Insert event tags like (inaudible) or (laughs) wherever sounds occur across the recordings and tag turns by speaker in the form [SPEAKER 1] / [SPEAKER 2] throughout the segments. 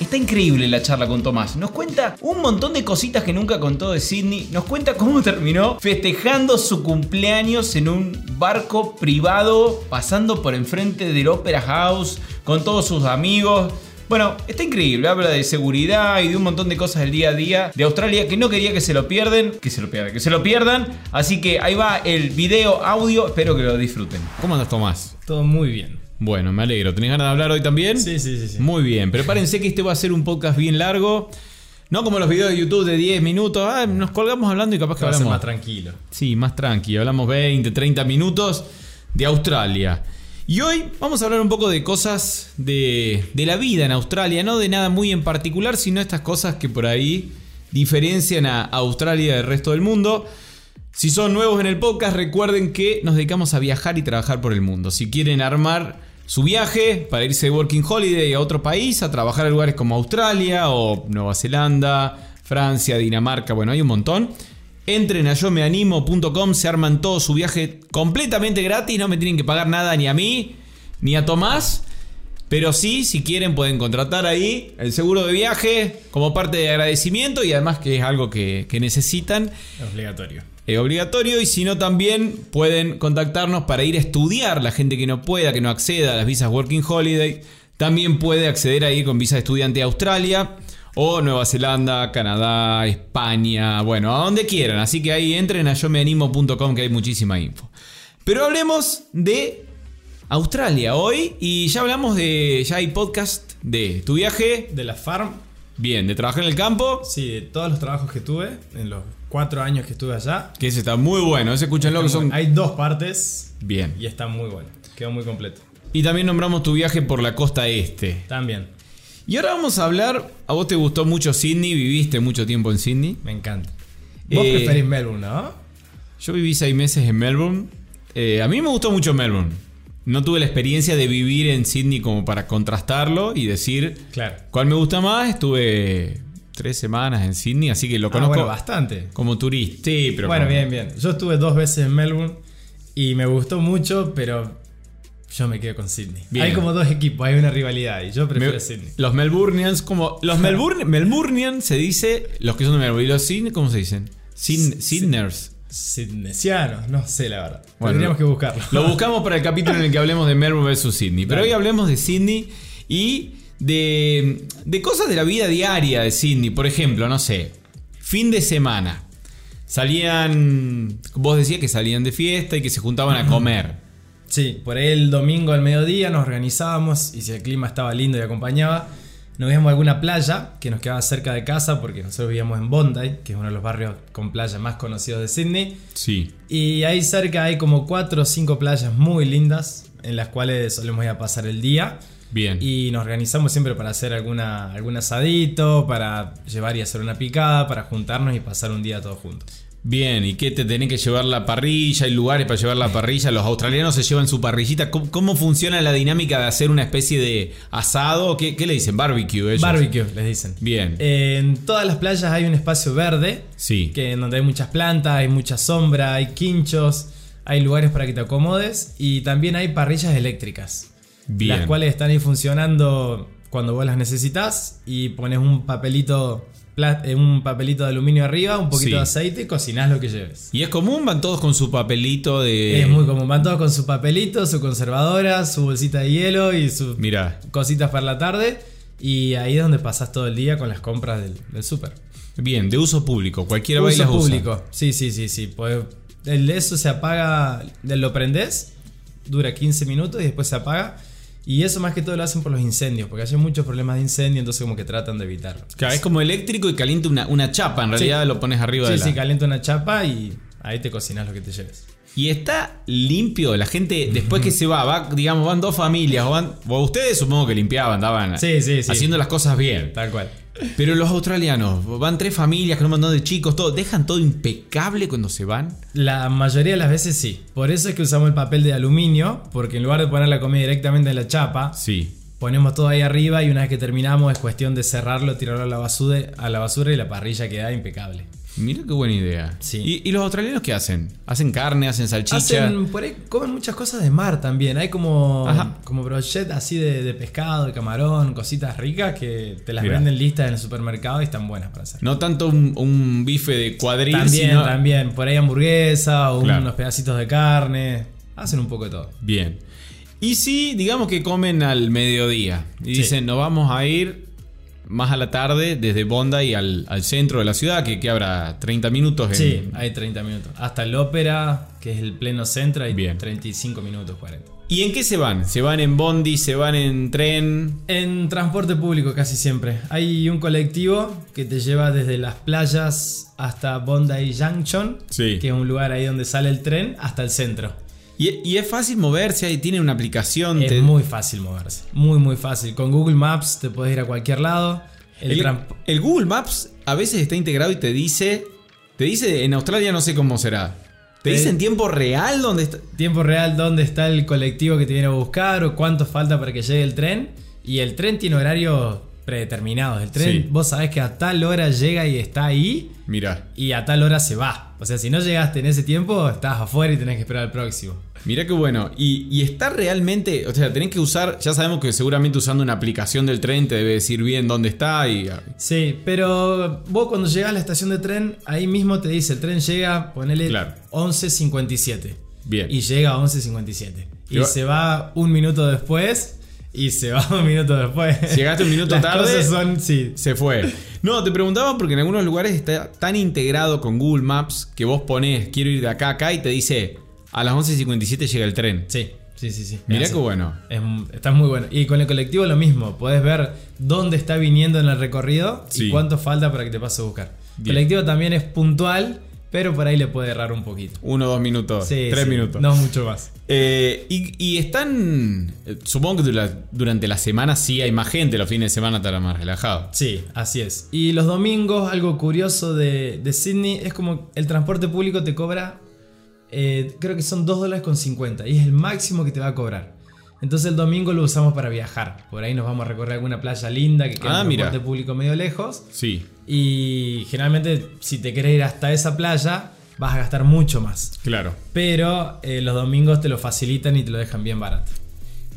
[SPEAKER 1] Está increíble la charla con Tomás. Nos cuenta un montón de cositas que nunca contó de Sydney. Nos cuenta cómo (laughs) terminó festejando su cumpleaños en un barco privado, pasando por enfrente del Opera House con todos sus amigos. Bueno, está increíble, habla de seguridad y de un montón de cosas del día a día de Australia que no quería que se lo pierden, que se lo pierdan, que se lo pierdan. Así que ahí va el video, audio, espero que lo disfruten. ¿Cómo andas Tomás?
[SPEAKER 2] Todo muy bien.
[SPEAKER 1] Bueno, me alegro. ¿Tenés ganas de hablar hoy también?
[SPEAKER 2] Sí, sí, sí, sí.
[SPEAKER 1] Muy bien, prepárense que este va a ser un podcast bien largo. No como los videos de YouTube de 10 minutos. Ah, nos colgamos hablando y capaz que
[SPEAKER 2] Va a ser
[SPEAKER 1] hablamos.
[SPEAKER 2] más tranquilo.
[SPEAKER 1] sí, más tranqui. Hablamos 20, 30 minutos de Australia. Y hoy vamos a hablar un poco de cosas de, de la vida en Australia. No de nada muy en particular, sino estas cosas que por ahí diferencian a Australia del resto del mundo. Si son nuevos en el podcast, recuerden que nos dedicamos a viajar y trabajar por el mundo. Si quieren armar su viaje para irse de Working Holiday a otro país, a trabajar en lugares como Australia o Nueva Zelanda, Francia, Dinamarca, bueno, hay un montón. Entren a yomeanimo.com, se arman todo su viaje completamente gratis, no me tienen que pagar nada ni a mí ni a Tomás. Pero sí, si quieren pueden contratar ahí el seguro de viaje como parte de agradecimiento y además que es algo que- que necesitan
[SPEAKER 2] Es obligatorio.
[SPEAKER 1] es Eh, obligatorio y si no también pueden contactarnos para ir a estudiar la gente que no pueda, que no acceda a las visas Working Holiday. También puede acceder a ir con visa de estudiante a Australia o Nueva Zelanda, Canadá, España, bueno, a donde quieran. Así que ahí entren a yomeanimo.com que hay muchísima info. Pero hablemos de Australia hoy y ya hablamos de, ya hay podcast de tu viaje,
[SPEAKER 2] De la farm,
[SPEAKER 1] bien, de trabajar en el campo,
[SPEAKER 2] sí, de todos los trabajos que tuve, en los cuatro años que estuve allá.
[SPEAKER 1] que ese está muy bueno, ese escúchenlo que
[SPEAKER 2] está muy-
[SPEAKER 1] son...
[SPEAKER 2] Hay dos partes
[SPEAKER 1] Bien.
[SPEAKER 2] y está muy bueno. Quedó muy completo.
[SPEAKER 1] Y también nombramos tu viaje por la costa este.
[SPEAKER 2] También,
[SPEAKER 1] Y ahora vamos a hablar. A vos te gustó mucho Sydney, viviste mucho tiempo en Sydney.
[SPEAKER 2] me encanta. Vos
[SPEAKER 1] Eh,
[SPEAKER 2] preferís Melbourne, ¿no?
[SPEAKER 1] Yo viví seis meses en Melbourne. Eh, a mí me gustó mucho Melbourne. No tuve la experiencia de vivir en Sydney como para contrastarlo y decir
[SPEAKER 2] Claro.
[SPEAKER 1] cuál me gusta más. Estuve tres semanas en Sydney, así que lo
[SPEAKER 2] Ah,
[SPEAKER 1] conozco
[SPEAKER 2] bueno, bastante.
[SPEAKER 1] como turista. Sí, pero
[SPEAKER 2] bueno,
[SPEAKER 1] como-
[SPEAKER 2] bien, bien. Yo estuve dos veces en Melbourne y me gustó mucho, pero yo me quedo con Sydney.
[SPEAKER 1] Bien.
[SPEAKER 2] Hay como dos equipos, hay una rivalidad y yo prefiero
[SPEAKER 1] Me-
[SPEAKER 2] Sydney.
[SPEAKER 1] los Melburnians, como.
[SPEAKER 2] (laughs)
[SPEAKER 1] Los Melbourne, Melburnians se dice. Los que son de Melbourne. ¿Y los Sydney, cómo se dicen? Syd- Sydners.
[SPEAKER 2] Sydneysianos, no sé la verdad.
[SPEAKER 1] Bueno,
[SPEAKER 2] Tendríamos que buscarlo.
[SPEAKER 1] Lo buscamos para el capítulo en el que hablemos de Melbourne versus Sydney. Pero
[SPEAKER 2] Dale.
[SPEAKER 1] hoy hablemos de Sydney y de, de cosas de la vida diaria de Sydney. Por ejemplo, no sé, fin de semana. Salían, vos decías que salían de fiesta y que se juntaban a comer.
[SPEAKER 2] Sí, por ahí el domingo al mediodía nos organizábamos y si el clima estaba lindo y acompañaba, nos íbamos a alguna playa que nos quedaba cerca de casa porque nosotros vivíamos en Bondi, que es uno de los barrios con playas más conocidos de Sydney.
[SPEAKER 1] Sí.
[SPEAKER 2] Y ahí cerca hay como 4 o 5 playas muy lindas en las cuales solemos ir a pasar el día.
[SPEAKER 1] Bien.
[SPEAKER 2] Y nos organizamos siempre para hacer alguna, algún asadito, para llevar y hacer una picada, para juntarnos y pasar un día todos juntos.
[SPEAKER 1] Bien, ¿y qué te tenés que llevar la parrilla? Hay lugares para llevar la parrilla. Los australianos se llevan su parrillita. ¿Cómo, cómo funciona la dinámica de hacer una especie de asado? ¿Qué, qué le dicen? Barbecue. ellos.
[SPEAKER 2] Barbecue, les dicen.
[SPEAKER 1] Bien.
[SPEAKER 2] En todas las playas hay un espacio verde,
[SPEAKER 1] sí.
[SPEAKER 2] que en donde hay muchas plantas, hay mucha sombra, hay quinchos, hay lugares para que te acomodes y también hay parrillas eléctricas,
[SPEAKER 1] Bien.
[SPEAKER 2] las cuales están ahí funcionando cuando vos las necesitas y pones un papelito, pla- eh, un papelito de aluminio arriba, un poquito
[SPEAKER 1] Sí.
[SPEAKER 2] de aceite y cocinás lo que lleves.
[SPEAKER 1] Y es común, van todos con su papelito de.
[SPEAKER 2] Es muy común, van todos con su papelito, su conservadora, su bolsita de hielo y sus
[SPEAKER 1] Mira,
[SPEAKER 2] cositas para la tarde. Y ahí es donde pasás todo el día con las compras del, del súper.
[SPEAKER 1] bien, de uso público. Cualquiera va y
[SPEAKER 2] uso
[SPEAKER 1] las usa.
[SPEAKER 2] público. Sí, sí, sí, sí. Podés- el de eso se apaga, de lo prendés, dura 15 minutos y después se apaga. Y eso más que todo lo hacen por los incendios, porque hay muchos problemas de incendio, entonces como que tratan de evitarlo.
[SPEAKER 1] Claro, es como eléctrico y calienta una, una chapa. En realidad lo pones arriba
[SPEAKER 2] Sí,
[SPEAKER 1] de la.
[SPEAKER 2] sí, calienta una chapa y ahí te cocinas lo que te lleves.
[SPEAKER 1] Y está limpio. La gente, después que se va, va, digamos, van dos familias. O van, o ustedes supongo que limpiaban, andaban
[SPEAKER 2] Sí, sí, sí.
[SPEAKER 1] haciendo las cosas bien.
[SPEAKER 2] Tal cual.
[SPEAKER 1] Pero los australianos, van tres familias con un montón de chicos, todo, dejan todo impecable cuando se van.
[SPEAKER 2] La mayoría de las veces sí. Por eso es que usamos el papel de aluminio, porque en lugar de poner la comida directamente en la chapa,
[SPEAKER 1] Sí.
[SPEAKER 2] ponemos todo ahí arriba y una vez que terminamos es cuestión de cerrarlo, tirarlo a la basura, a la basura y la parrilla queda impecable.
[SPEAKER 1] Mira qué buena idea.
[SPEAKER 2] Sí.
[SPEAKER 1] ¿Y, y los australianos qué hacen? ¿Hacen carne, hacen salchicha?
[SPEAKER 2] Hacen, por ahí comen muchas cosas de mar también. Hay como,
[SPEAKER 1] Ajá.
[SPEAKER 2] como brochet así de, de pescado, de camarón, cositas ricas que te las
[SPEAKER 1] Mirá.
[SPEAKER 2] venden listas en el supermercado y están buenas para hacer.
[SPEAKER 1] No tanto un, un bife de cuadril,
[SPEAKER 2] También,
[SPEAKER 1] sino-
[SPEAKER 2] también. Por ahí hamburguesa o
[SPEAKER 1] Claro.
[SPEAKER 2] unos pedacitos de carne. Hacen un poco de todo.
[SPEAKER 1] Bien. Y si, digamos que comen al mediodía y
[SPEAKER 2] Sí.
[SPEAKER 1] dicen, nos vamos a ir más a la tarde desde Bondi al, al centro de la ciudad, que, que habrá 30 minutos. en-
[SPEAKER 2] Sí, hay 30 minutos. Hasta el ópera, que es el pleno centro, hay
[SPEAKER 1] Bien.
[SPEAKER 2] 35 minutos 40.
[SPEAKER 1] ¿Y en qué se van? ¿Se van en Bondi? ¿Se van en tren?
[SPEAKER 2] En transporte público casi siempre. Hay un colectivo que te lleva desde las playas hasta Bondi Junction,
[SPEAKER 1] Sí.
[SPEAKER 2] que es un lugar ahí donde sale el tren, hasta el centro.
[SPEAKER 1] Y, y es fácil moverse, ahí tienen una aplicación.
[SPEAKER 2] Es
[SPEAKER 1] te-
[SPEAKER 2] muy fácil moverse. Muy, muy fácil. Con Google Maps te puedes ir a cualquier lado. El
[SPEAKER 1] el,
[SPEAKER 2] trampo-
[SPEAKER 1] el Google Maps a veces está integrado y te dice, te dice, en Australia no sé cómo será. Te
[SPEAKER 2] Sí.
[SPEAKER 1] dice en tiempo real dónde está...
[SPEAKER 2] tiempo real dónde está el colectivo que te viene a buscar o cuánto falta para que llegue el tren. Y el tren tiene horarios predeterminados. El tren,
[SPEAKER 1] Sí.
[SPEAKER 2] vos sabés que a tal hora llega y está ahí
[SPEAKER 1] Mira,
[SPEAKER 2] y a tal hora se va. O sea, si no llegaste en ese tiempo, estás afuera y tenés que esperar al próximo.
[SPEAKER 1] Mirá qué bueno. Y, y está realmente, o sea, tenés que usar, ya sabemos que seguramente usando una aplicación del tren te debe decir bien dónde está y... ah,
[SPEAKER 2] Sí, pero vos cuando llegás a la estación de tren, ahí mismo te dice, el tren llega, ponele
[SPEAKER 1] Claro.
[SPEAKER 2] 11.57.
[SPEAKER 1] Bien.
[SPEAKER 2] Y llega a 11.57.
[SPEAKER 1] Y
[SPEAKER 2] Y
[SPEAKER 1] va-
[SPEAKER 2] se va un minuto después y se va (laughs) un minuto después.
[SPEAKER 1] Llegaste un minuto
[SPEAKER 2] Las
[SPEAKER 1] tarde.
[SPEAKER 2] cosas son, sí.
[SPEAKER 1] Se fue. (laughs) No, te preguntaba porque en algunos lugares está tan integrado con Google Maps que vos ponés, quiero ir de acá a acá y te dice, a las 11.57 llega el tren.
[SPEAKER 2] Sí, sí, sí. sí.
[SPEAKER 1] Mirá
[SPEAKER 2] Es
[SPEAKER 1] qué bueno.
[SPEAKER 2] así. Es- está muy bueno. Y con el colectivo lo mismo. Podés ver dónde está viniendo en el recorrido
[SPEAKER 1] Sí.
[SPEAKER 2] y cuánto falta para que te pase a buscar. El
[SPEAKER 1] Bien.
[SPEAKER 2] colectivo también es puntual, pero por ahí le puede errar un poquito.
[SPEAKER 1] Uno, dos minutos,
[SPEAKER 2] Sí,
[SPEAKER 1] tres
[SPEAKER 2] sí,
[SPEAKER 1] minutos.
[SPEAKER 2] No mucho más.
[SPEAKER 1] Eh, y, y están, eh, supongo que dura- durante la semana sí hay más gente, los fines de semana estará más relajado.
[SPEAKER 2] Sí, así es. Y los domingos, algo curioso de, de Sydney es como el transporte público te cobra, eh, creo que son 2 dólares con 50 y es el máximo que te va a cobrar. Entonces el domingo lo usamos para viajar. Por ahí nos vamos a recorrer alguna playa linda que queda
[SPEAKER 1] Ah,
[SPEAKER 2] en el
[SPEAKER 1] mira.
[SPEAKER 2] transporte público medio lejos.
[SPEAKER 1] Sí,
[SPEAKER 2] Y generalmente si te querés ir hasta esa playa vas a gastar mucho más.
[SPEAKER 1] claro.
[SPEAKER 2] Pero eh, los domingos te lo facilitan y te lo dejan bien barato.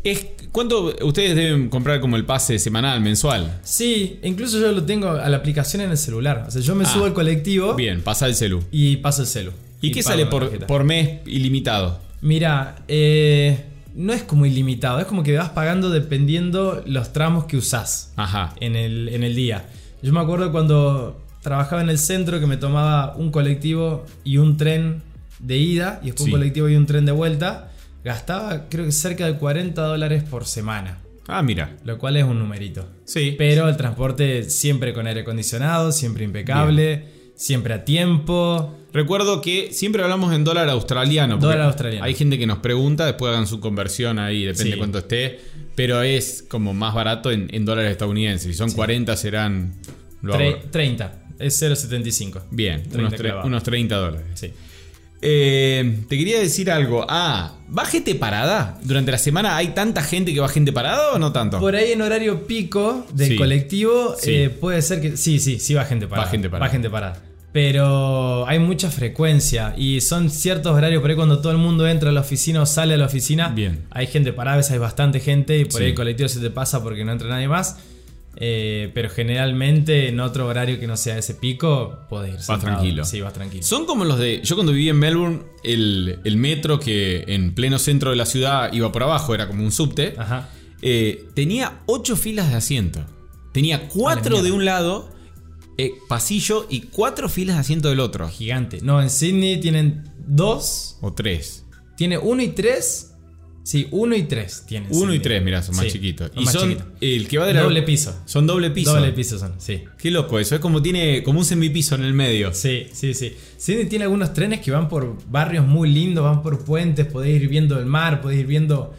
[SPEAKER 1] Es, ¿Cuánto ustedes deben comprar como el pase semanal, mensual?
[SPEAKER 2] Sí, incluso yo lo tengo a la aplicación en el celular. O sea, yo me
[SPEAKER 1] Ah,
[SPEAKER 2] subo al colectivo.
[SPEAKER 1] Bien, pasa el celu.
[SPEAKER 2] y paso el celu.
[SPEAKER 1] ¿Y, qué
[SPEAKER 2] pago
[SPEAKER 1] sale
[SPEAKER 2] la
[SPEAKER 1] por,
[SPEAKER 2] tarjeta.
[SPEAKER 1] por mes ilimitado?
[SPEAKER 2] Mira, eh, no es como ilimitado, es como que vas pagando dependiendo los tramos que usás
[SPEAKER 1] Ajá.
[SPEAKER 2] en el, en el día. Yo me acuerdo cuando trabajaba en el centro que me tomaba un colectivo y un tren de ida y después
[SPEAKER 1] Sí.
[SPEAKER 2] un colectivo y un tren de vuelta. Gastaba creo que cerca de 40 dólares por semana,
[SPEAKER 1] Ah, mira.
[SPEAKER 2] lo cual es un numerito.
[SPEAKER 1] Sí.
[SPEAKER 2] Pero el transporte siempre con aire acondicionado, siempre impecable, siempre a tiempo.
[SPEAKER 1] Recuerdo que siempre hablamos en dólar australiano. porque
[SPEAKER 2] Dólar australiano.
[SPEAKER 1] Hay gente que nos pregunta, después hagan su conversión ahí, depende
[SPEAKER 2] Sí.
[SPEAKER 1] cuánto esté. Pero es como más barato en, en dólares estadounidenses. Si son 40 serán... lo
[SPEAKER 2] Tre-
[SPEAKER 1] hago.
[SPEAKER 2] 30, es 0.75.
[SPEAKER 1] Bien,
[SPEAKER 2] 30
[SPEAKER 1] unos, tre-
[SPEAKER 2] clavados.
[SPEAKER 1] unos 30 dólares.
[SPEAKER 2] Sí.
[SPEAKER 1] Eh, te quería decir algo. Ah, ¿va gente parada? ¿Durante la semana hay tanta gente que va gente parada o no tanto?
[SPEAKER 2] Por ahí en horario pico del
[SPEAKER 1] Sí.
[SPEAKER 2] colectivo
[SPEAKER 1] Sí.
[SPEAKER 2] eh, puede ser que... Sí, sí, sí va gente parada.
[SPEAKER 1] Va gente parada.
[SPEAKER 2] parada. Pero hay mucha frecuencia y son ciertos horarios, por ahí cuando todo el mundo entra a la oficina o sale a la oficina,
[SPEAKER 1] Bien.
[SPEAKER 2] hay gente parada, a veces hay bastante gente y por
[SPEAKER 1] Sí.
[SPEAKER 2] ahí el colectivo se te pasa porque no entra nadie más. Eh, pero generalmente en otro horario que no sea ese pico, podés ir. sentado.
[SPEAKER 1] tranquilo.
[SPEAKER 2] Sí, vas tranquilo.
[SPEAKER 1] Son como los de. Yo cuando viví en Melbourne, el, el metro que en pleno centro de la ciudad iba por abajo, era como un subte.
[SPEAKER 2] Ajá.
[SPEAKER 1] eh, tenía ocho filas de asiento. Tenía cuatro
[SPEAKER 2] mierda.
[SPEAKER 1] de un lado, eh, pasillo, y cuatro filas de asiento del otro.
[SPEAKER 2] Gigante. No, en Sydney tienen dos
[SPEAKER 1] O tres.
[SPEAKER 2] Tiene 1 y 3 Sí, uno y tres tienen.
[SPEAKER 1] Uno y
[SPEAKER 2] cine.
[SPEAKER 1] tres, mirá, son más
[SPEAKER 2] Sí,
[SPEAKER 1] chiquitos.
[SPEAKER 2] son
[SPEAKER 1] Y
[SPEAKER 2] más
[SPEAKER 1] son
[SPEAKER 2] chiquitos.
[SPEAKER 1] el que va de la-
[SPEAKER 2] Doble piso.
[SPEAKER 1] Son doble piso.
[SPEAKER 2] Doble piso son, sí.
[SPEAKER 1] Qué loco eso, es como tiene como un semipiso en el medio.
[SPEAKER 2] Sí, sí, sí. Sydney tiene algunos trenes que van por barrios muy lindos, van por puentes, podés ir viendo el mar, podés ir viendo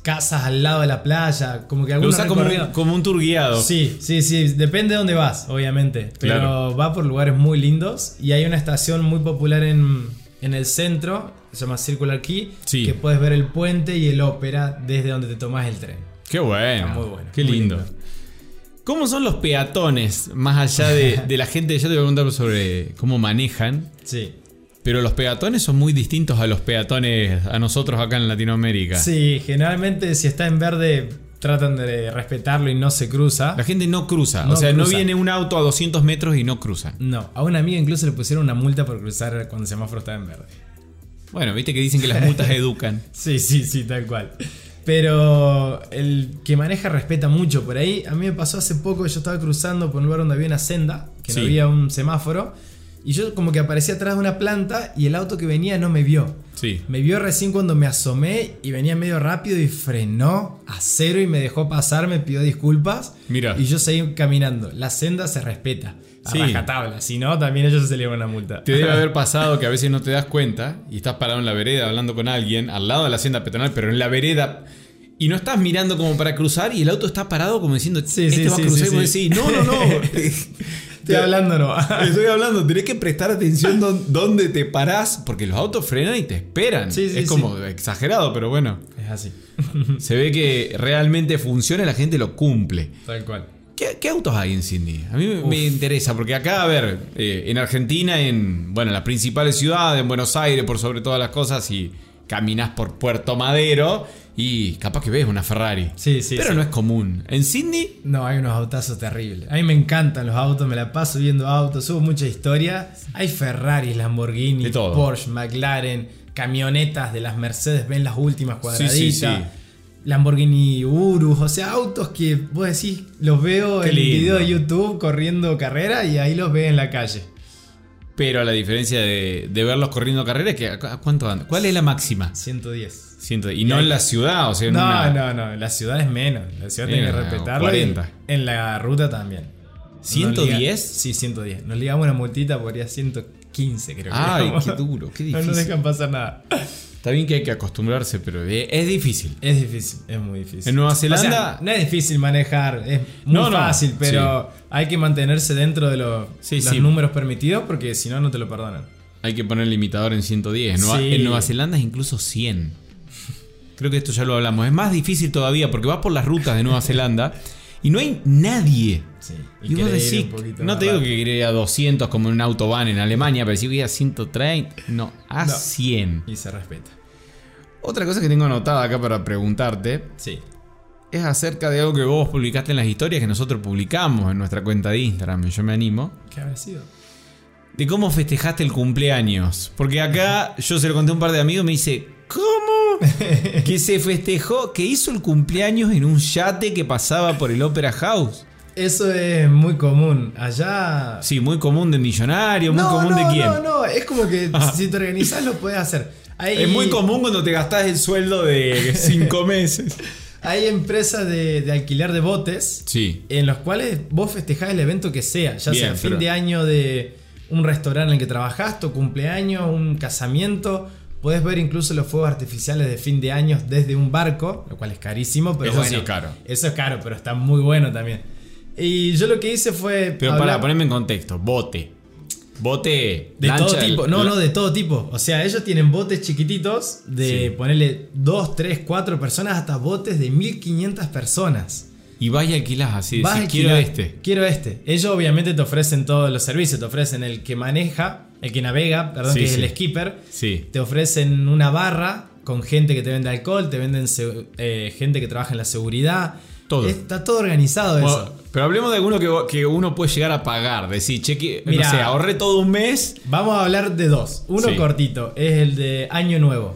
[SPEAKER 2] casas al lado de la playa, como que
[SPEAKER 1] Lo
[SPEAKER 2] algunos
[SPEAKER 1] usa como, un-
[SPEAKER 2] recorridos-
[SPEAKER 1] como un tour guiado.
[SPEAKER 2] Sí, sí, sí, depende de dónde vas, obviamente. Pero
[SPEAKER 1] Claro.
[SPEAKER 2] va por lugares muy lindos y hay una estación muy popular en, en el centro, se llama Circular Key,
[SPEAKER 1] Sí.
[SPEAKER 2] que puedes ver el puente y el ópera desde donde te tomas el tren.
[SPEAKER 1] Qué bueno.
[SPEAKER 2] Está muy bueno,
[SPEAKER 1] Qué
[SPEAKER 2] muy
[SPEAKER 1] lindo.
[SPEAKER 2] lindo.
[SPEAKER 1] ¿Cómo son los peatones? Más allá
[SPEAKER 2] (laughs)
[SPEAKER 1] de, de la gente, yo te voy a preguntar sobre cómo manejan.
[SPEAKER 2] Sí.
[SPEAKER 1] Pero los peatones son muy distintos a los peatones a nosotros acá en Latinoamérica.
[SPEAKER 2] Sí, generalmente si está en verde tratan de respetarlo y no se cruza.
[SPEAKER 1] La gente no cruza. o
[SPEAKER 2] No
[SPEAKER 1] sea, no
[SPEAKER 2] cruza.
[SPEAKER 1] viene un auto a 200 metros y no cruzan.
[SPEAKER 2] No, a una amiga incluso le pusieron una multa por cruzar cuando el semáforo estaba en verde.
[SPEAKER 1] Bueno, viste que dicen que las
[SPEAKER 2] (laughs)
[SPEAKER 1] multas educan.
[SPEAKER 2] Sí, sí, sí, tal cual. Pero el que maneja respeta mucho por ahí. A mí me pasó hace poco, yo estaba cruzando por un lugar donde había una senda, que
[SPEAKER 1] Sí.
[SPEAKER 2] no había un semáforo, y yo como que aparecí atrás de una planta y el auto que venía no me vio.
[SPEAKER 1] Sí.
[SPEAKER 2] Me vio recién cuando me asomé y venía medio rápido y frenó a cero y me dejó pasar, me pidió disculpas.
[SPEAKER 1] Mira.
[SPEAKER 2] Y yo seguí caminando. La senda se respeta. A
[SPEAKER 1] Sí.
[SPEAKER 2] rajatabla. Si no, también ellos se le van una multa.
[SPEAKER 1] Te debe haber pasado que a veces no te das cuenta y estás parado en la vereda hablando con alguien al lado de la hacienda peatonal, pero en la vereda y no estás mirando como para cruzar y el auto está parado como diciendo,
[SPEAKER 2] Sí,
[SPEAKER 1] este
[SPEAKER 2] sí,
[SPEAKER 1] va
[SPEAKER 2] sí,
[SPEAKER 1] a cruzar
[SPEAKER 2] sí,
[SPEAKER 1] y vos
[SPEAKER 2] sí.
[SPEAKER 1] decís, no, no,
[SPEAKER 2] (laughs)
[SPEAKER 1] no.
[SPEAKER 2] (laughs) Estoy hablando, no.
[SPEAKER 1] (laughs) Estoy hablando, tenés que prestar atención don- dónde te parás porque los autos frenan y te esperan.
[SPEAKER 2] Sí, sí,
[SPEAKER 1] es como exagerado, pero bueno.
[SPEAKER 2] es así.
[SPEAKER 1] Se ve que realmente funciona y la gente lo cumple.
[SPEAKER 2] Tal cual.
[SPEAKER 1] ¿Qué, qué autos hay en Sydney? A mí me, me interesa, porque acá, a ver, eh, en Argentina, en bueno, en las principales ciudades, en Buenos Aires, por sobre todas las cosas, y caminas por Puerto Madero y capaz que ves una Ferrari.
[SPEAKER 2] Sí, sí,
[SPEAKER 1] Pero
[SPEAKER 2] sí.
[SPEAKER 1] no es común. En Sydney,
[SPEAKER 2] No, hay unos autazos terribles. A mí me encantan los autos, me la paso viendo autos, subo mucha historia. Hay Ferraris, Lamborghini,
[SPEAKER 1] De todo.
[SPEAKER 2] Porsche, McLaren, camionetas de las Mercedes, ven las últimas
[SPEAKER 1] Sí,
[SPEAKER 2] cuadraditas.
[SPEAKER 1] sí, sí.
[SPEAKER 2] Lamborghini Urus, o sea, autos que vos decís, los veo
[SPEAKER 1] Qué
[SPEAKER 2] en el video de
[SPEAKER 1] lindo.
[SPEAKER 2] YouTube corriendo carrera y ahí los ve en la calle.
[SPEAKER 1] pero la diferencia de, de verlos corriendo carrera es que ¿a cu- a cuánto andan? ¿Cuál es la máxima?
[SPEAKER 2] 110.
[SPEAKER 1] Ciento- y no en la ciudad, o sea, en
[SPEAKER 2] No,
[SPEAKER 1] una-
[SPEAKER 2] no, no, la ciudad es menos. La ciudad
[SPEAKER 1] Sí,
[SPEAKER 2] tiene que
[SPEAKER 1] no,
[SPEAKER 2] respetarlo.
[SPEAKER 1] 40.
[SPEAKER 2] y En la ruta también. Nos
[SPEAKER 1] 110?
[SPEAKER 2] liga- sí, 110. Nos ligamos una multita por ir a 115, creo que.
[SPEAKER 1] Ay,
[SPEAKER 2] éramos.
[SPEAKER 1] qué duro, qué
[SPEAKER 2] (laughs) No
[SPEAKER 1] difícil.
[SPEAKER 2] nos dejan pasar nada.
[SPEAKER 1] Está bien que hay que acostumbrarse, pero eh, es difícil.
[SPEAKER 2] Es difícil, es muy difícil.
[SPEAKER 1] En Nueva
[SPEAKER 2] O sea,
[SPEAKER 1] Zelanda-
[SPEAKER 2] no es difícil manejar, es muy
[SPEAKER 1] No, no,
[SPEAKER 2] fácil, pero hay que mantenerse dentro de los-
[SPEAKER 1] Sí,
[SPEAKER 2] los
[SPEAKER 1] sí.
[SPEAKER 2] números permitidos porque si no, no te lo perdonan.
[SPEAKER 1] Hay que poner el limitador en 110. En Nueva-
[SPEAKER 2] Sí.
[SPEAKER 1] En Nueva Zelanda es incluso 100. Creo que esto ya lo hablamos. Es más difícil todavía porque vas por las rutas de
[SPEAKER 2] (laughs)
[SPEAKER 1] Nueva Zelanda y no hay nadie.
[SPEAKER 2] Sí,
[SPEAKER 1] Y, vos
[SPEAKER 2] querés ir
[SPEAKER 1] decís,
[SPEAKER 2] un poquito
[SPEAKER 1] no
[SPEAKER 2] más
[SPEAKER 1] te digo
[SPEAKER 2] rápido.
[SPEAKER 1] que iría a 200 como en un autobahn en Alemania, pero si voy a 130, no, a
[SPEAKER 2] No.
[SPEAKER 1] 100.
[SPEAKER 2] Y se respeta.
[SPEAKER 1] Otra cosa que tengo anotada acá para preguntarte
[SPEAKER 2] Sí.
[SPEAKER 1] es acerca de algo que vos publicaste en las historias que nosotros publicamos en nuestra cuenta de Instagram, yo me animo.
[SPEAKER 2] ¿Qué habrá sido?
[SPEAKER 1] De cómo festejaste el cumpleaños. Porque acá yo se lo conté a un par de amigos y me dice,
[SPEAKER 2] (laughs)
[SPEAKER 1] ¿cómo? Que se festejó, que hizo el cumpleaños en un yate que pasaba por el Opera House.
[SPEAKER 2] Eso es muy común. Allá
[SPEAKER 1] Sí, muy común de millonario, muy común de quién.
[SPEAKER 2] No, no, es como
[SPEAKER 1] (laughs)
[SPEAKER 2] que si te organizas lo puedes hacer. Hay,
[SPEAKER 1] Es muy común cuando te gastás el sueldo de
[SPEAKER 2] (laughs)
[SPEAKER 1] cinco meses.
[SPEAKER 2] Hay empresas de, de alquiler de botes
[SPEAKER 1] Sí.
[SPEAKER 2] en los cuales vos festejás el evento que sea, ya
[SPEAKER 1] Bien,
[SPEAKER 2] sea fin
[SPEAKER 1] pero-
[SPEAKER 2] de año de un restaurante en el que trabajaste, tu cumpleaños, un casamiento. Podés ver incluso los fuegos artificiales de fin de año desde un barco, lo cual es carísimo, pero
[SPEAKER 1] Eso
[SPEAKER 2] bueno.
[SPEAKER 1] sí es caro.
[SPEAKER 2] Eso es caro, pero está muy bueno también. Y yo lo que hice fue.
[SPEAKER 1] Pero
[SPEAKER 2] hablar-
[SPEAKER 1] para ponerme en contexto, bote. Bote.
[SPEAKER 2] De
[SPEAKER 1] lancha,
[SPEAKER 2] todo tipo, no,
[SPEAKER 1] la-
[SPEAKER 2] no, de todo tipo. O sea, ellos tienen botes chiquititos de
[SPEAKER 1] Sí.
[SPEAKER 2] ponerle 2, 3, 4 personas hasta botes de 1500 personas.
[SPEAKER 1] Y vas y alquilás así.
[SPEAKER 2] Vas a
[SPEAKER 1] decís, quiero
[SPEAKER 2] alquilar-
[SPEAKER 1] este.
[SPEAKER 2] Quiero este. Ellos obviamente te ofrecen todos los servicios. Te ofrecen el que maneja, el que navega, perdón,
[SPEAKER 1] Sí,
[SPEAKER 2] que es
[SPEAKER 1] sí.
[SPEAKER 2] el skipper.
[SPEAKER 1] Sí.
[SPEAKER 2] Te ofrecen una barra con gente que te vende alcohol, te venden se- eh, gente que trabaja en la seguridad.
[SPEAKER 1] Todo.
[SPEAKER 2] Está todo organizado
[SPEAKER 1] Bueno,
[SPEAKER 2] eso.
[SPEAKER 1] pero hablemos de alguno que, vo- que uno puede llegar a pagar. Decir, cheque,
[SPEAKER 2] Mirá.
[SPEAKER 1] no sé, ahorré todo un mes.
[SPEAKER 2] Vamos a hablar de dos. Uno
[SPEAKER 1] Sí.
[SPEAKER 2] cortito, es el de Año Nuevo.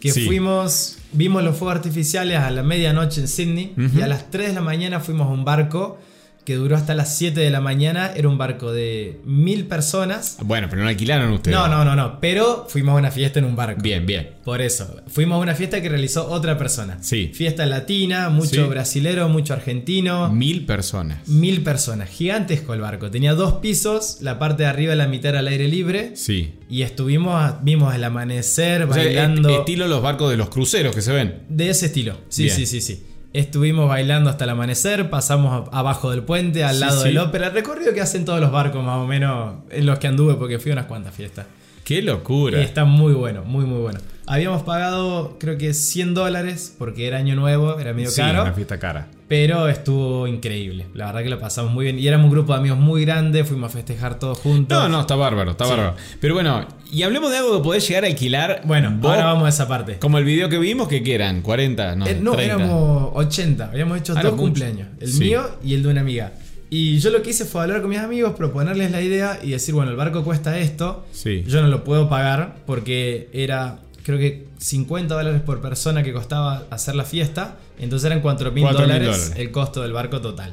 [SPEAKER 2] Que
[SPEAKER 1] Sí.
[SPEAKER 2] fuimos, vimos los fuegos artificiales a la medianoche en Sydney y a las 3 de la mañana fuimos a un barco que duró hasta las 7 de la mañana. Era un barco de mil personas.
[SPEAKER 1] Bueno, pero no alquilaron ustedes.
[SPEAKER 2] No, no, no, no. Pero fuimos a una fiesta en un barco.
[SPEAKER 1] Bien, bien.
[SPEAKER 2] Por eso, fuimos a una fiesta que realizó otra persona.
[SPEAKER 1] Sí.
[SPEAKER 2] Fiesta latina, mucho
[SPEAKER 1] Sí. Mm.
[SPEAKER 2] brasilero, mucho argentino.
[SPEAKER 1] Mil personas.
[SPEAKER 2] Mil personas, gigantesco el barco. Tenía dos pisos, la parte de arriba, la mitad era al aire libre.
[SPEAKER 1] Sí.
[SPEAKER 2] Y estuvimos, a- vimos el amanecer,
[SPEAKER 1] O sea,
[SPEAKER 2] bailando.
[SPEAKER 1] est- estilo los barcos de los cruceros que se ven.
[SPEAKER 2] De ese estilo. Sí,
[SPEAKER 1] Bien.
[SPEAKER 2] sí, sí, sí. Estuvimos bailando hasta el amanecer, pasamos a- abajo del puente, al
[SPEAKER 1] Sí,
[SPEAKER 2] lado
[SPEAKER 1] sí.
[SPEAKER 2] del ópera. Recorrido que hacen todos los barcos, más o menos, en los que anduve, porque fui a unas cuantas fiestas.
[SPEAKER 1] Qué
[SPEAKER 2] Y
[SPEAKER 1] locura.
[SPEAKER 2] está muy bueno, muy, muy bueno. Habíamos pagado, creo que 100 dólares, porque era año nuevo, era medio
[SPEAKER 1] Sí,
[SPEAKER 2] caro.
[SPEAKER 1] una fiesta cara.
[SPEAKER 2] Pero estuvo increíble. La verdad que lo pasamos muy bien. Y éramos un grupo de amigos muy grande. Fuimos a festejar todos juntos.
[SPEAKER 1] No, no, está bárbaro, está
[SPEAKER 2] Sí.
[SPEAKER 1] bárbaro. Pero bueno, y hablemos de algo que podés llegar a alquilar.
[SPEAKER 2] Bueno,
[SPEAKER 1] vos,
[SPEAKER 2] ahora vamos a esa parte.
[SPEAKER 1] Como el video que vimos, que qué eran 40, no,
[SPEAKER 2] Eh, no,
[SPEAKER 1] 30.
[SPEAKER 2] éramos 80. Habíamos hecho
[SPEAKER 1] Ah,
[SPEAKER 2] dos
[SPEAKER 1] no, mucho.
[SPEAKER 2] cumpleaños. El
[SPEAKER 1] Sí.
[SPEAKER 2] mío y el de una amiga. Y yo lo que hice fue hablar con mis amigos, proponerles la idea y decir, bueno, el barco cuesta esto.
[SPEAKER 1] Sí.
[SPEAKER 2] Yo no lo puedo pagar porque era, creo que 50 dólares por persona que costaba hacer la fiesta. Entonces eran 4 mil
[SPEAKER 1] 4.000
[SPEAKER 2] dólares
[SPEAKER 1] dólares.
[SPEAKER 2] el costo del barco total.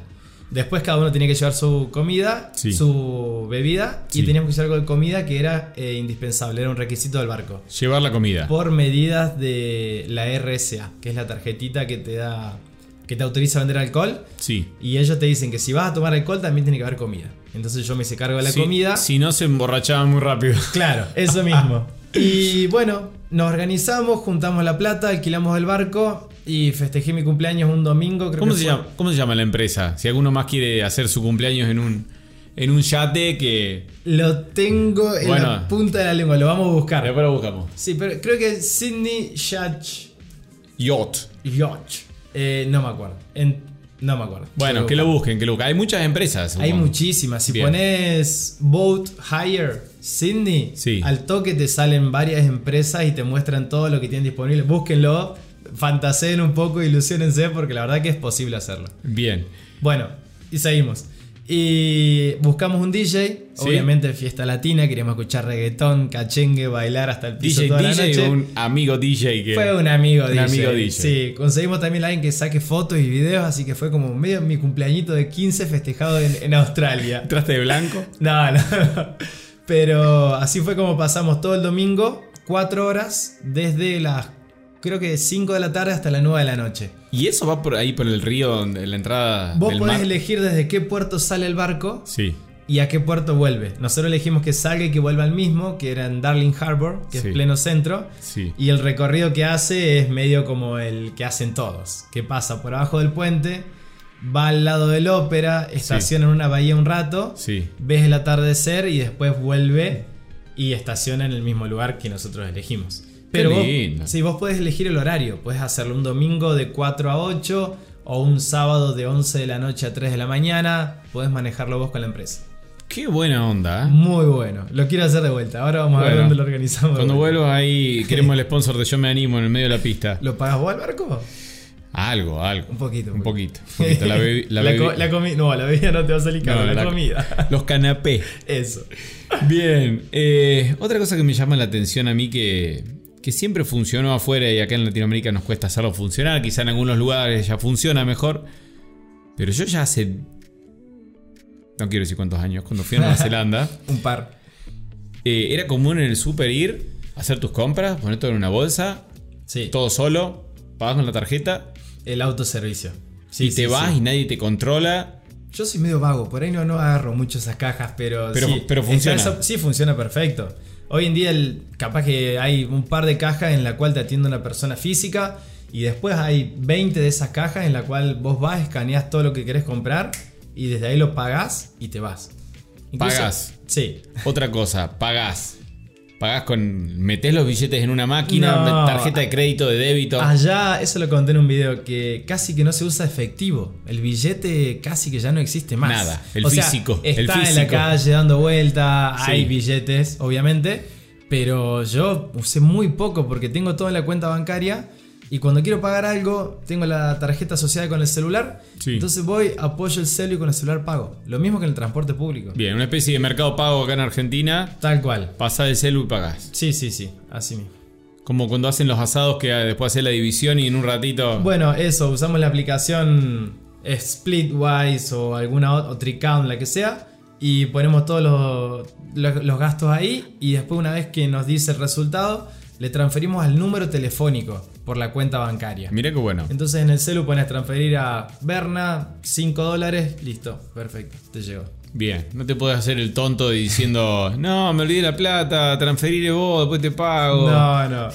[SPEAKER 2] Después cada uno tenía que llevar su comida,
[SPEAKER 1] Sí.
[SPEAKER 2] su bebida
[SPEAKER 1] Sí.
[SPEAKER 2] y teníamos que llevar algo de comida que era eh, indispensable, era un requisito del barco.
[SPEAKER 1] Llevar la comida.
[SPEAKER 2] Por medidas de la RSA, que es la tarjetita que te da que te autoriza a vender alcohol
[SPEAKER 1] Sí.
[SPEAKER 2] y ellos te dicen que si vas a tomar alcohol también tiene que haber comida. Entonces yo me hice cargo de la
[SPEAKER 1] Si-
[SPEAKER 2] comida.
[SPEAKER 1] Si no, se emborrachaban muy rápido. (laughs)
[SPEAKER 2] Claro, eso mismo. y bueno, nos organizamos, juntamos la plata, alquilamos el barco y festejé mi cumpleaños un domingo, creo
[SPEAKER 1] ¿Cómo
[SPEAKER 2] que
[SPEAKER 1] se,
[SPEAKER 2] fue.
[SPEAKER 1] llama, ¿Cómo se llama la empresa? Si alguno más quiere hacer su cumpleaños en un, en un yate, que.
[SPEAKER 2] Lo tengo en
[SPEAKER 1] Bueno.
[SPEAKER 2] la punta de la lengua, lo vamos a
[SPEAKER 1] Ahora
[SPEAKER 2] buscar.
[SPEAKER 1] lo buscamos.
[SPEAKER 2] Sí, pero creo que es Sydney Yacht
[SPEAKER 1] Yacht.
[SPEAKER 2] Yacht. Eh, no me acuerdo. En- no me acuerdo.
[SPEAKER 1] Bueno, que lo busquen, que lo busquen. Hay muchas empresas.
[SPEAKER 2] Hay
[SPEAKER 1] supongo.
[SPEAKER 2] muchísimas. Si
[SPEAKER 1] Bien.
[SPEAKER 2] pones Boat Hire Sydney,
[SPEAKER 1] Sí.
[SPEAKER 2] al toque te salen varias empresas y te muestran todo lo que tienen disponible. Búsquenlo, fantaseen un poco, ilusionense, porque la verdad que es posible hacerlo.
[SPEAKER 1] Bien.
[SPEAKER 2] Bueno, y seguimos. Y buscamos un DJ,
[SPEAKER 1] Sí.
[SPEAKER 2] obviamente fiesta latina, queríamos escuchar reggaetón, cachengue, bailar hasta el piso
[SPEAKER 1] DJ,
[SPEAKER 2] toda la
[SPEAKER 1] DJ
[SPEAKER 2] noche.
[SPEAKER 1] o un amigo DJ que.
[SPEAKER 2] Fue un amigo
[SPEAKER 1] Un
[SPEAKER 2] DJ.
[SPEAKER 1] amigo DJ.
[SPEAKER 2] Sí, conseguimos también a alguien que saque fotos y videos, así que fue como medio mi cumpleañito de 15 festejado en, en Australia.
[SPEAKER 1] (laughs) Traste de
[SPEAKER 2] (laughs)
[SPEAKER 1] blanco.
[SPEAKER 2] No, no, no. Pero así fue como pasamos todo el domingo, cuatro horas, desde las creo que 5 de la tarde hasta las 9 de la noche.
[SPEAKER 1] ¿Y eso va por ahí por el río, donde, la entrada
[SPEAKER 2] Vos
[SPEAKER 1] del
[SPEAKER 2] podés
[SPEAKER 1] mar?
[SPEAKER 2] elegir desde qué puerto sale el barco
[SPEAKER 1] Sí.
[SPEAKER 2] y a qué puerto vuelve. Nosotros elegimos que salga y que vuelva al mismo, que era en Darling Harbour, que
[SPEAKER 1] Sí.
[SPEAKER 2] es pleno centro.
[SPEAKER 1] Sí.
[SPEAKER 2] Y el recorrido que hace es medio como el que hacen todos, que pasa por abajo del puente, va al lado del ópera, estaciona en una bahía un rato,
[SPEAKER 1] Sí.
[SPEAKER 2] ves el atardecer y después vuelve y estaciona en el mismo lugar que nosotros elegimos. Pero vos,
[SPEAKER 1] lindo.
[SPEAKER 2] sí, vos podés elegir el horario, podés hacerlo un domingo de 4 a 8 o un sábado de 11 de la noche a 3 de la mañana, podés manejarlo vos con la empresa.
[SPEAKER 1] Qué buena onda. ¿eh?
[SPEAKER 2] Muy bueno, lo quiero hacer de vuelta, ahora vamos a ver
[SPEAKER 1] Bueno,
[SPEAKER 2] dónde lo organizamos. de
[SPEAKER 1] Cuando
[SPEAKER 2] vuelta.
[SPEAKER 1] vuelvas
[SPEAKER 2] (laughs)
[SPEAKER 1] ahí, queremos el sponsor de Yo Me Animo en el medio de la pista.
[SPEAKER 2] ¿Lo pagas vos al barco?
[SPEAKER 1] Algo, algo.
[SPEAKER 2] Un poquito,
[SPEAKER 1] Un
[SPEAKER 2] un
[SPEAKER 1] poquito. un poquito.
[SPEAKER 2] (laughs)
[SPEAKER 1] La, bebi- la bebi-
[SPEAKER 2] co- la comi- no, la bebida no te va a salir
[SPEAKER 1] No,
[SPEAKER 2] cara, la,
[SPEAKER 1] la-
[SPEAKER 2] comida. (laughs)
[SPEAKER 1] Los canapés.
[SPEAKER 2] Eso.
[SPEAKER 1] Bien. eh, otra cosa que me llama la atención a mí que, que siempre funcionó afuera y acá en Latinoamérica nos cuesta hacerlo funcionar. Quizá en algunos lugares ya funciona mejor. Pero yo ya hace. No quiero decir cuántos años, cuando fui a
[SPEAKER 2] (laughs)
[SPEAKER 1] Nueva Zelanda.
[SPEAKER 2] Un par.
[SPEAKER 1] eh, era común en el super ir, hacer tus compras, poner todo en una bolsa,
[SPEAKER 2] Sí.
[SPEAKER 1] todo solo, pagas con la tarjeta
[SPEAKER 2] El autoservicio. Sí,
[SPEAKER 1] y te
[SPEAKER 2] sí,
[SPEAKER 1] vas
[SPEAKER 2] sí.
[SPEAKER 1] y nadie te controla.
[SPEAKER 2] Yo soy medio vago, por ahí no, no agarro mucho esas cajas, pero.
[SPEAKER 1] Pero-
[SPEAKER 2] sí,
[SPEAKER 1] pero
[SPEAKER 2] está
[SPEAKER 1] funciona.
[SPEAKER 2] esa- sí, funciona perfecto. Hoy en día, el, capaz que hay un par de cajas en la cual te atiende una persona física. Y después hay 20 de esas cajas en la cual vos vas, escaneas todo lo que querés comprar. Y desde ahí lo pagás y te vas.
[SPEAKER 1] Pagás.
[SPEAKER 2] Sí.
[SPEAKER 1] Otra cosa, pagás. Pagás con. metés los billetes en una máquina,
[SPEAKER 2] No. Ah,
[SPEAKER 1] tarjeta de crédito, de débito.
[SPEAKER 2] Allá, eso lo conté en un video, que casi que no se usa efectivo. El billete casi que ya no existe más.
[SPEAKER 1] Nada, el
[SPEAKER 2] O sea,
[SPEAKER 1] físico, el
[SPEAKER 2] Está en la
[SPEAKER 1] físico.
[SPEAKER 2] calle dando vuelta,
[SPEAKER 1] Sí.
[SPEAKER 2] hay billetes, obviamente. Pero yo usé muy poco porque tengo todo en la cuenta bancaria. Y cuando quiero pagar algo, tengo la tarjeta asociada con el celular.
[SPEAKER 1] Sí.
[SPEAKER 2] Entonces voy, apoyo el celu y con el celular pago. Lo mismo que en el transporte público.
[SPEAKER 1] Bien, una especie de mercado pago acá en Argentina.
[SPEAKER 2] Tal cual.
[SPEAKER 1] Pasás el celu y pagás.
[SPEAKER 2] Sí, sí, sí. Así mismo.
[SPEAKER 1] Como cuando hacen los asados que ah, después haces la división y en un ratito.
[SPEAKER 2] Bueno, eso, usamos la aplicación Splitwise o alguna otra, o Tricount, la que sea, y ponemos todos los, los- los gastos ahí y después una vez que nos dice el resultado, le transferimos al número telefónico por la cuenta bancaria.
[SPEAKER 1] Mirá que bueno.
[SPEAKER 2] Entonces en el celu pones transferir a Berna 5 dólares, listo, perfecto, te llegó.
[SPEAKER 1] Bien, no te puedes hacer el tonto diciendo, no, me olvidé la plata, transferiré vos, después te pago.
[SPEAKER 2] No, no,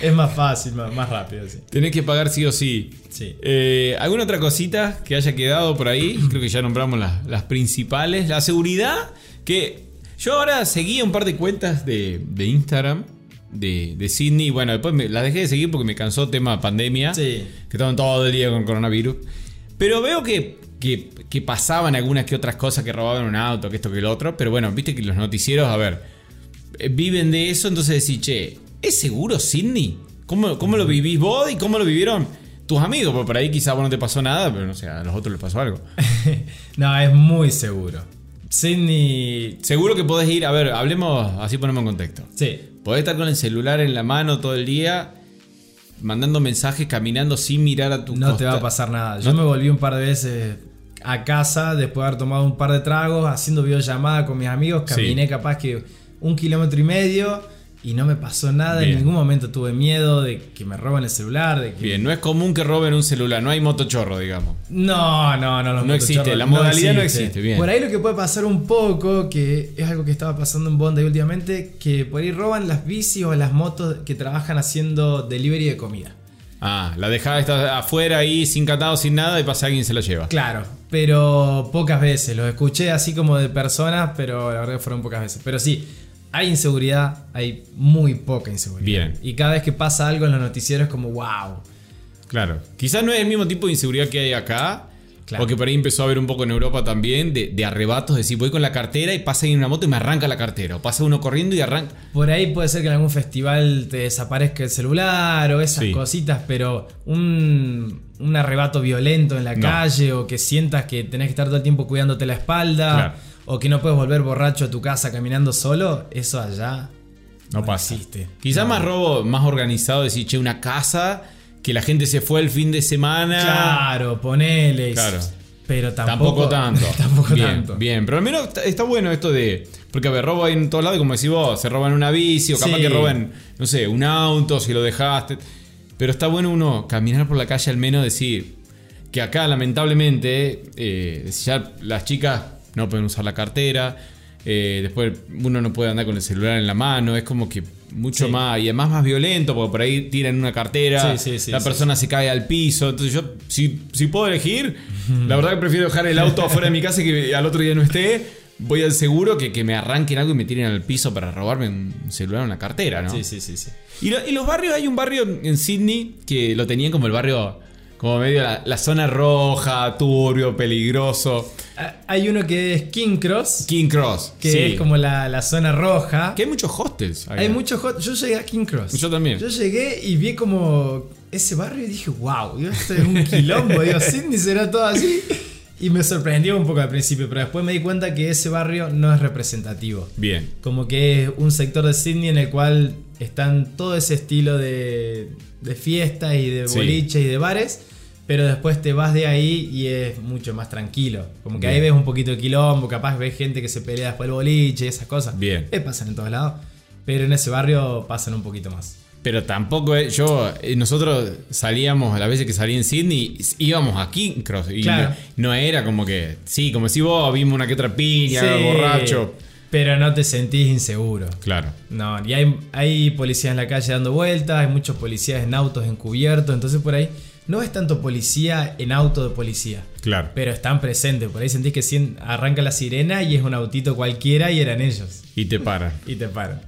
[SPEAKER 2] es más fácil, más, más rápido, sí.
[SPEAKER 1] Tenés que pagar sí o sí.
[SPEAKER 2] Sí.
[SPEAKER 1] Eh, ¿Alguna otra cosita que haya quedado por
[SPEAKER 2] (clears throat)
[SPEAKER 1] ahí? Creo que ya nombramos las, las principales. La seguridad, que yo ahora seguía un par de cuentas de, de Instagram de, de Sydney. Bueno, después me- las dejé de seguir porque me cansó tema pandemia.
[SPEAKER 2] Sí. (laughs)
[SPEAKER 1] Que estaban todo el día con coronavirus. Pero veo que, que, que pasaban algunas que otras cosas, que robaban un auto, que esto, que el otro. Pero bueno, viste que los noticieros, a ver, eh, viven de eso, entonces decís, che, ¿es seguro Sydney? ¿Cómo, cómo lo vivís vos y cómo lo vivieron tus amigos? Porque por ahí quizá a vos no te pasó nada, pero no sé, a los otros les pasó algo.
[SPEAKER 2] no, es muy seguro. Sydney,
[SPEAKER 1] Seguro que podés ir, a ver, hablemos, así ponemos en contexto.
[SPEAKER 2] sí,
[SPEAKER 1] Podés estar con el celular en la mano todo el día, mandando mensajes, caminando sin mirar a tu
[SPEAKER 2] No te
[SPEAKER 1] costa-
[SPEAKER 2] va a pasar nada. Yo me volví un par de veces a casa después de haber tomado un par de tragos, haciendo videollamada con mis amigos.
[SPEAKER 1] Sí.
[SPEAKER 2] Caminé capaz que un kilómetro y medio y no me pasó nada.
[SPEAKER 1] Bien.
[SPEAKER 2] En ningún momento tuve miedo de que me roben el celular. De que...
[SPEAKER 1] Bien, no es común que roben un celular, no hay motochorro, digamos.
[SPEAKER 2] No, no, no. los
[SPEAKER 1] No existe,
[SPEAKER 2] motochorros
[SPEAKER 1] la modalidad no existe, bien.
[SPEAKER 2] Por ahí lo que puede pasar un poco, que es algo que estaba pasando en Bondi últimamente, que por ahí roban las bicis o las motos que trabajan haciendo delivery de comida.
[SPEAKER 1] Ah, la dejada está afuera ahí, sin catado, sin nada, y pasa alguien y se la lleva.
[SPEAKER 2] Claro, pero pocas veces. Los escuché así como de personas, pero la verdad que fueron pocas veces. Pero sí, hay inseguridad, hay muy poca inseguridad.
[SPEAKER 1] Bien.
[SPEAKER 2] Y cada vez que pasa algo en los noticieros es como, wow.
[SPEAKER 1] Claro. Quizás no es el mismo tipo de inseguridad que hay acá.
[SPEAKER 2] Claro.
[SPEAKER 1] Porque por ahí empezó a haber un poco en Europa también de, de arrebatos, de decir, voy con la cartera y pasa ahí una moto y me arranca la cartera. O pasa uno corriendo y arranca.
[SPEAKER 2] Por ahí puede ser que en algún festival te desaparezca el celular o esas
[SPEAKER 1] Sí.
[SPEAKER 2] cositas, pero un, un arrebato violento en la
[SPEAKER 1] No.
[SPEAKER 2] calle o que sientas que tenés que estar todo el tiempo cuidándote la espalda
[SPEAKER 1] Claro.
[SPEAKER 2] o que no puedes volver borracho a tu casa caminando solo, eso allá
[SPEAKER 1] No pasa.
[SPEAKER 2] existe.
[SPEAKER 1] Quizás más robo, más organizado, decir, che, una casa, que la gente se fue el fin de semana.
[SPEAKER 2] Claro, ponele.
[SPEAKER 1] Claro.
[SPEAKER 2] Pero
[SPEAKER 1] Tampoco,
[SPEAKER 2] tampoco,
[SPEAKER 1] tanto.
[SPEAKER 2] (laughs) tampoco
[SPEAKER 1] bien,
[SPEAKER 2] tanto.
[SPEAKER 1] Bien, pero al menos está, está bueno esto de. Porque, a ver, robo hay en todos lados, como decís vos, se roban una bici o capaz
[SPEAKER 2] Sí.
[SPEAKER 1] que roban, no sé, un auto si lo dejaste. Pero está bueno uno caminar por la calle al menos decir que acá, lamentablemente, eh, ya las chicas no pueden usar la cartera. eh, después uno no puede andar con el celular en la mano, es como que mucho
[SPEAKER 2] Sí.
[SPEAKER 1] más, y además más violento, porque por ahí tiran una cartera,
[SPEAKER 2] Sí, sí, sí,
[SPEAKER 1] la
[SPEAKER 2] sí,
[SPEAKER 1] persona se cae al piso, entonces yo, si, si puedo elegir, la verdad que prefiero dejar el auto afuera de mi casa y que al otro día no esté, voy al seguro que, que me arranquen algo y me tiren al piso para robarme un celular o una cartera, ¿no?
[SPEAKER 2] Sí, sí, sí, sí.
[SPEAKER 1] Y, lo- y los barrios, hay un barrio en Sydney que lo tenían como el barrio, como medio la, la zona roja, turbio, peligroso.
[SPEAKER 2] Ah, Hay uno que es King Cross,
[SPEAKER 1] King Cross,
[SPEAKER 2] que
[SPEAKER 1] sí.
[SPEAKER 2] es como la, la zona roja.
[SPEAKER 1] Que hay muchos hostels.
[SPEAKER 2] Hay muchos hot- Yo llegué a King Cross.
[SPEAKER 1] Yo también.
[SPEAKER 2] Yo llegué y vi como ese barrio y dije, wow, Dios, esto es un quilombo. Digo, Sydney será todo así. Y me sorprendió un poco al principio, pero después me di cuenta que ese barrio no es representativo.
[SPEAKER 1] Bien.
[SPEAKER 2] como que es un sector de Sydney en el cual están todo ese estilo de, de fiestas y de
[SPEAKER 1] Sí.
[SPEAKER 2] boliches y de bares, pero después te vas de ahí y es mucho más tranquilo. Como que ahí
[SPEAKER 1] Bien.
[SPEAKER 2] ves un poquito de quilombo, capaz ves gente que se pelea después del boliche y esas cosas.
[SPEAKER 1] Bien.
[SPEAKER 2] Que pasan en todos lados, pero en ese barrio pasan un poquito más.
[SPEAKER 1] Pero tampoco es- yo, eh, nosotros salíamos, a las veces que salí en Sydney, s- íbamos a King Cross. Y
[SPEAKER 2] Claro.
[SPEAKER 1] no, no era como que, sí, como si vos vimos una que otra piña,
[SPEAKER 2] Sí,
[SPEAKER 1] borracho.
[SPEAKER 2] Pero no te sentís inseguro.
[SPEAKER 1] Claro.
[SPEAKER 2] No, y hay, hay policías en la calle dando vueltas, hay muchos policías en autos encubiertos, entonces por ahí no es tanto policía en auto de policía,
[SPEAKER 1] Claro.
[SPEAKER 2] pero están presentes, por ahí sentís que sien- arranca la sirena y es un autito cualquiera y eran ellos,
[SPEAKER 1] Y te paran.
[SPEAKER 2] y te paran.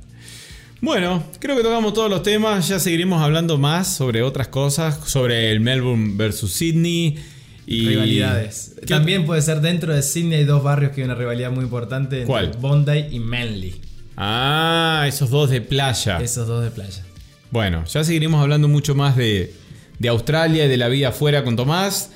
[SPEAKER 1] Bueno, creo que tocamos todos los temas. Ya seguiremos hablando más sobre otras cosas, sobre el Melbourne versus Sydney. Y
[SPEAKER 2] Rivalidades.
[SPEAKER 1] ¿Qué-
[SPEAKER 2] También puede ser dentro de Sydney hay dos barrios que hay una rivalidad muy importante, entre
[SPEAKER 1] ¿Cuál?
[SPEAKER 2] Bondi y Manly,
[SPEAKER 1] Ah, esos dos de playa.
[SPEAKER 2] esos dos de playa.
[SPEAKER 1] Bueno, ya seguiremos hablando mucho más de, de Australia y de la vida afuera con Tomás.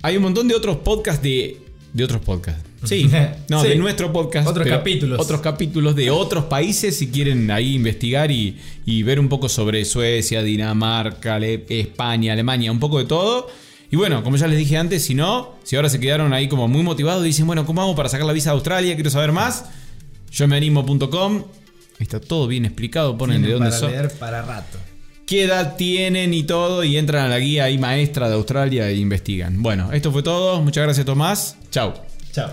[SPEAKER 1] Hay un montón de otros podcasts de. De otros podcasts.
[SPEAKER 2] (laughs)
[SPEAKER 1] Sí, no,
[SPEAKER 2] Sí.
[SPEAKER 1] de nuestro podcast.
[SPEAKER 2] Otros
[SPEAKER 1] pero
[SPEAKER 2] capítulos.
[SPEAKER 1] Otros capítulos de otros países si quieren ahí investigar y, y ver un poco sobre Suecia, Dinamarca, Ale- España, Alemania, un poco de todo. Y bueno, como ya les dije antes, si no, si ahora se quedaron ahí como muy motivados, dicen, bueno, ¿cómo hago para sacar la visa a Australia? Quiero saber más. Yo me animo.com. Está todo bien explicado, ponen de
[SPEAKER 2] Tienen
[SPEAKER 1] dónde
[SPEAKER 2] para
[SPEAKER 1] son.
[SPEAKER 2] leer para rato.
[SPEAKER 1] ¿Qué edad tienen y todo? Y entran a la guía ahí maestra de Australia e investigan. Bueno, esto fue todo. Muchas gracias, Tomás. Chau.
[SPEAKER 2] Chao.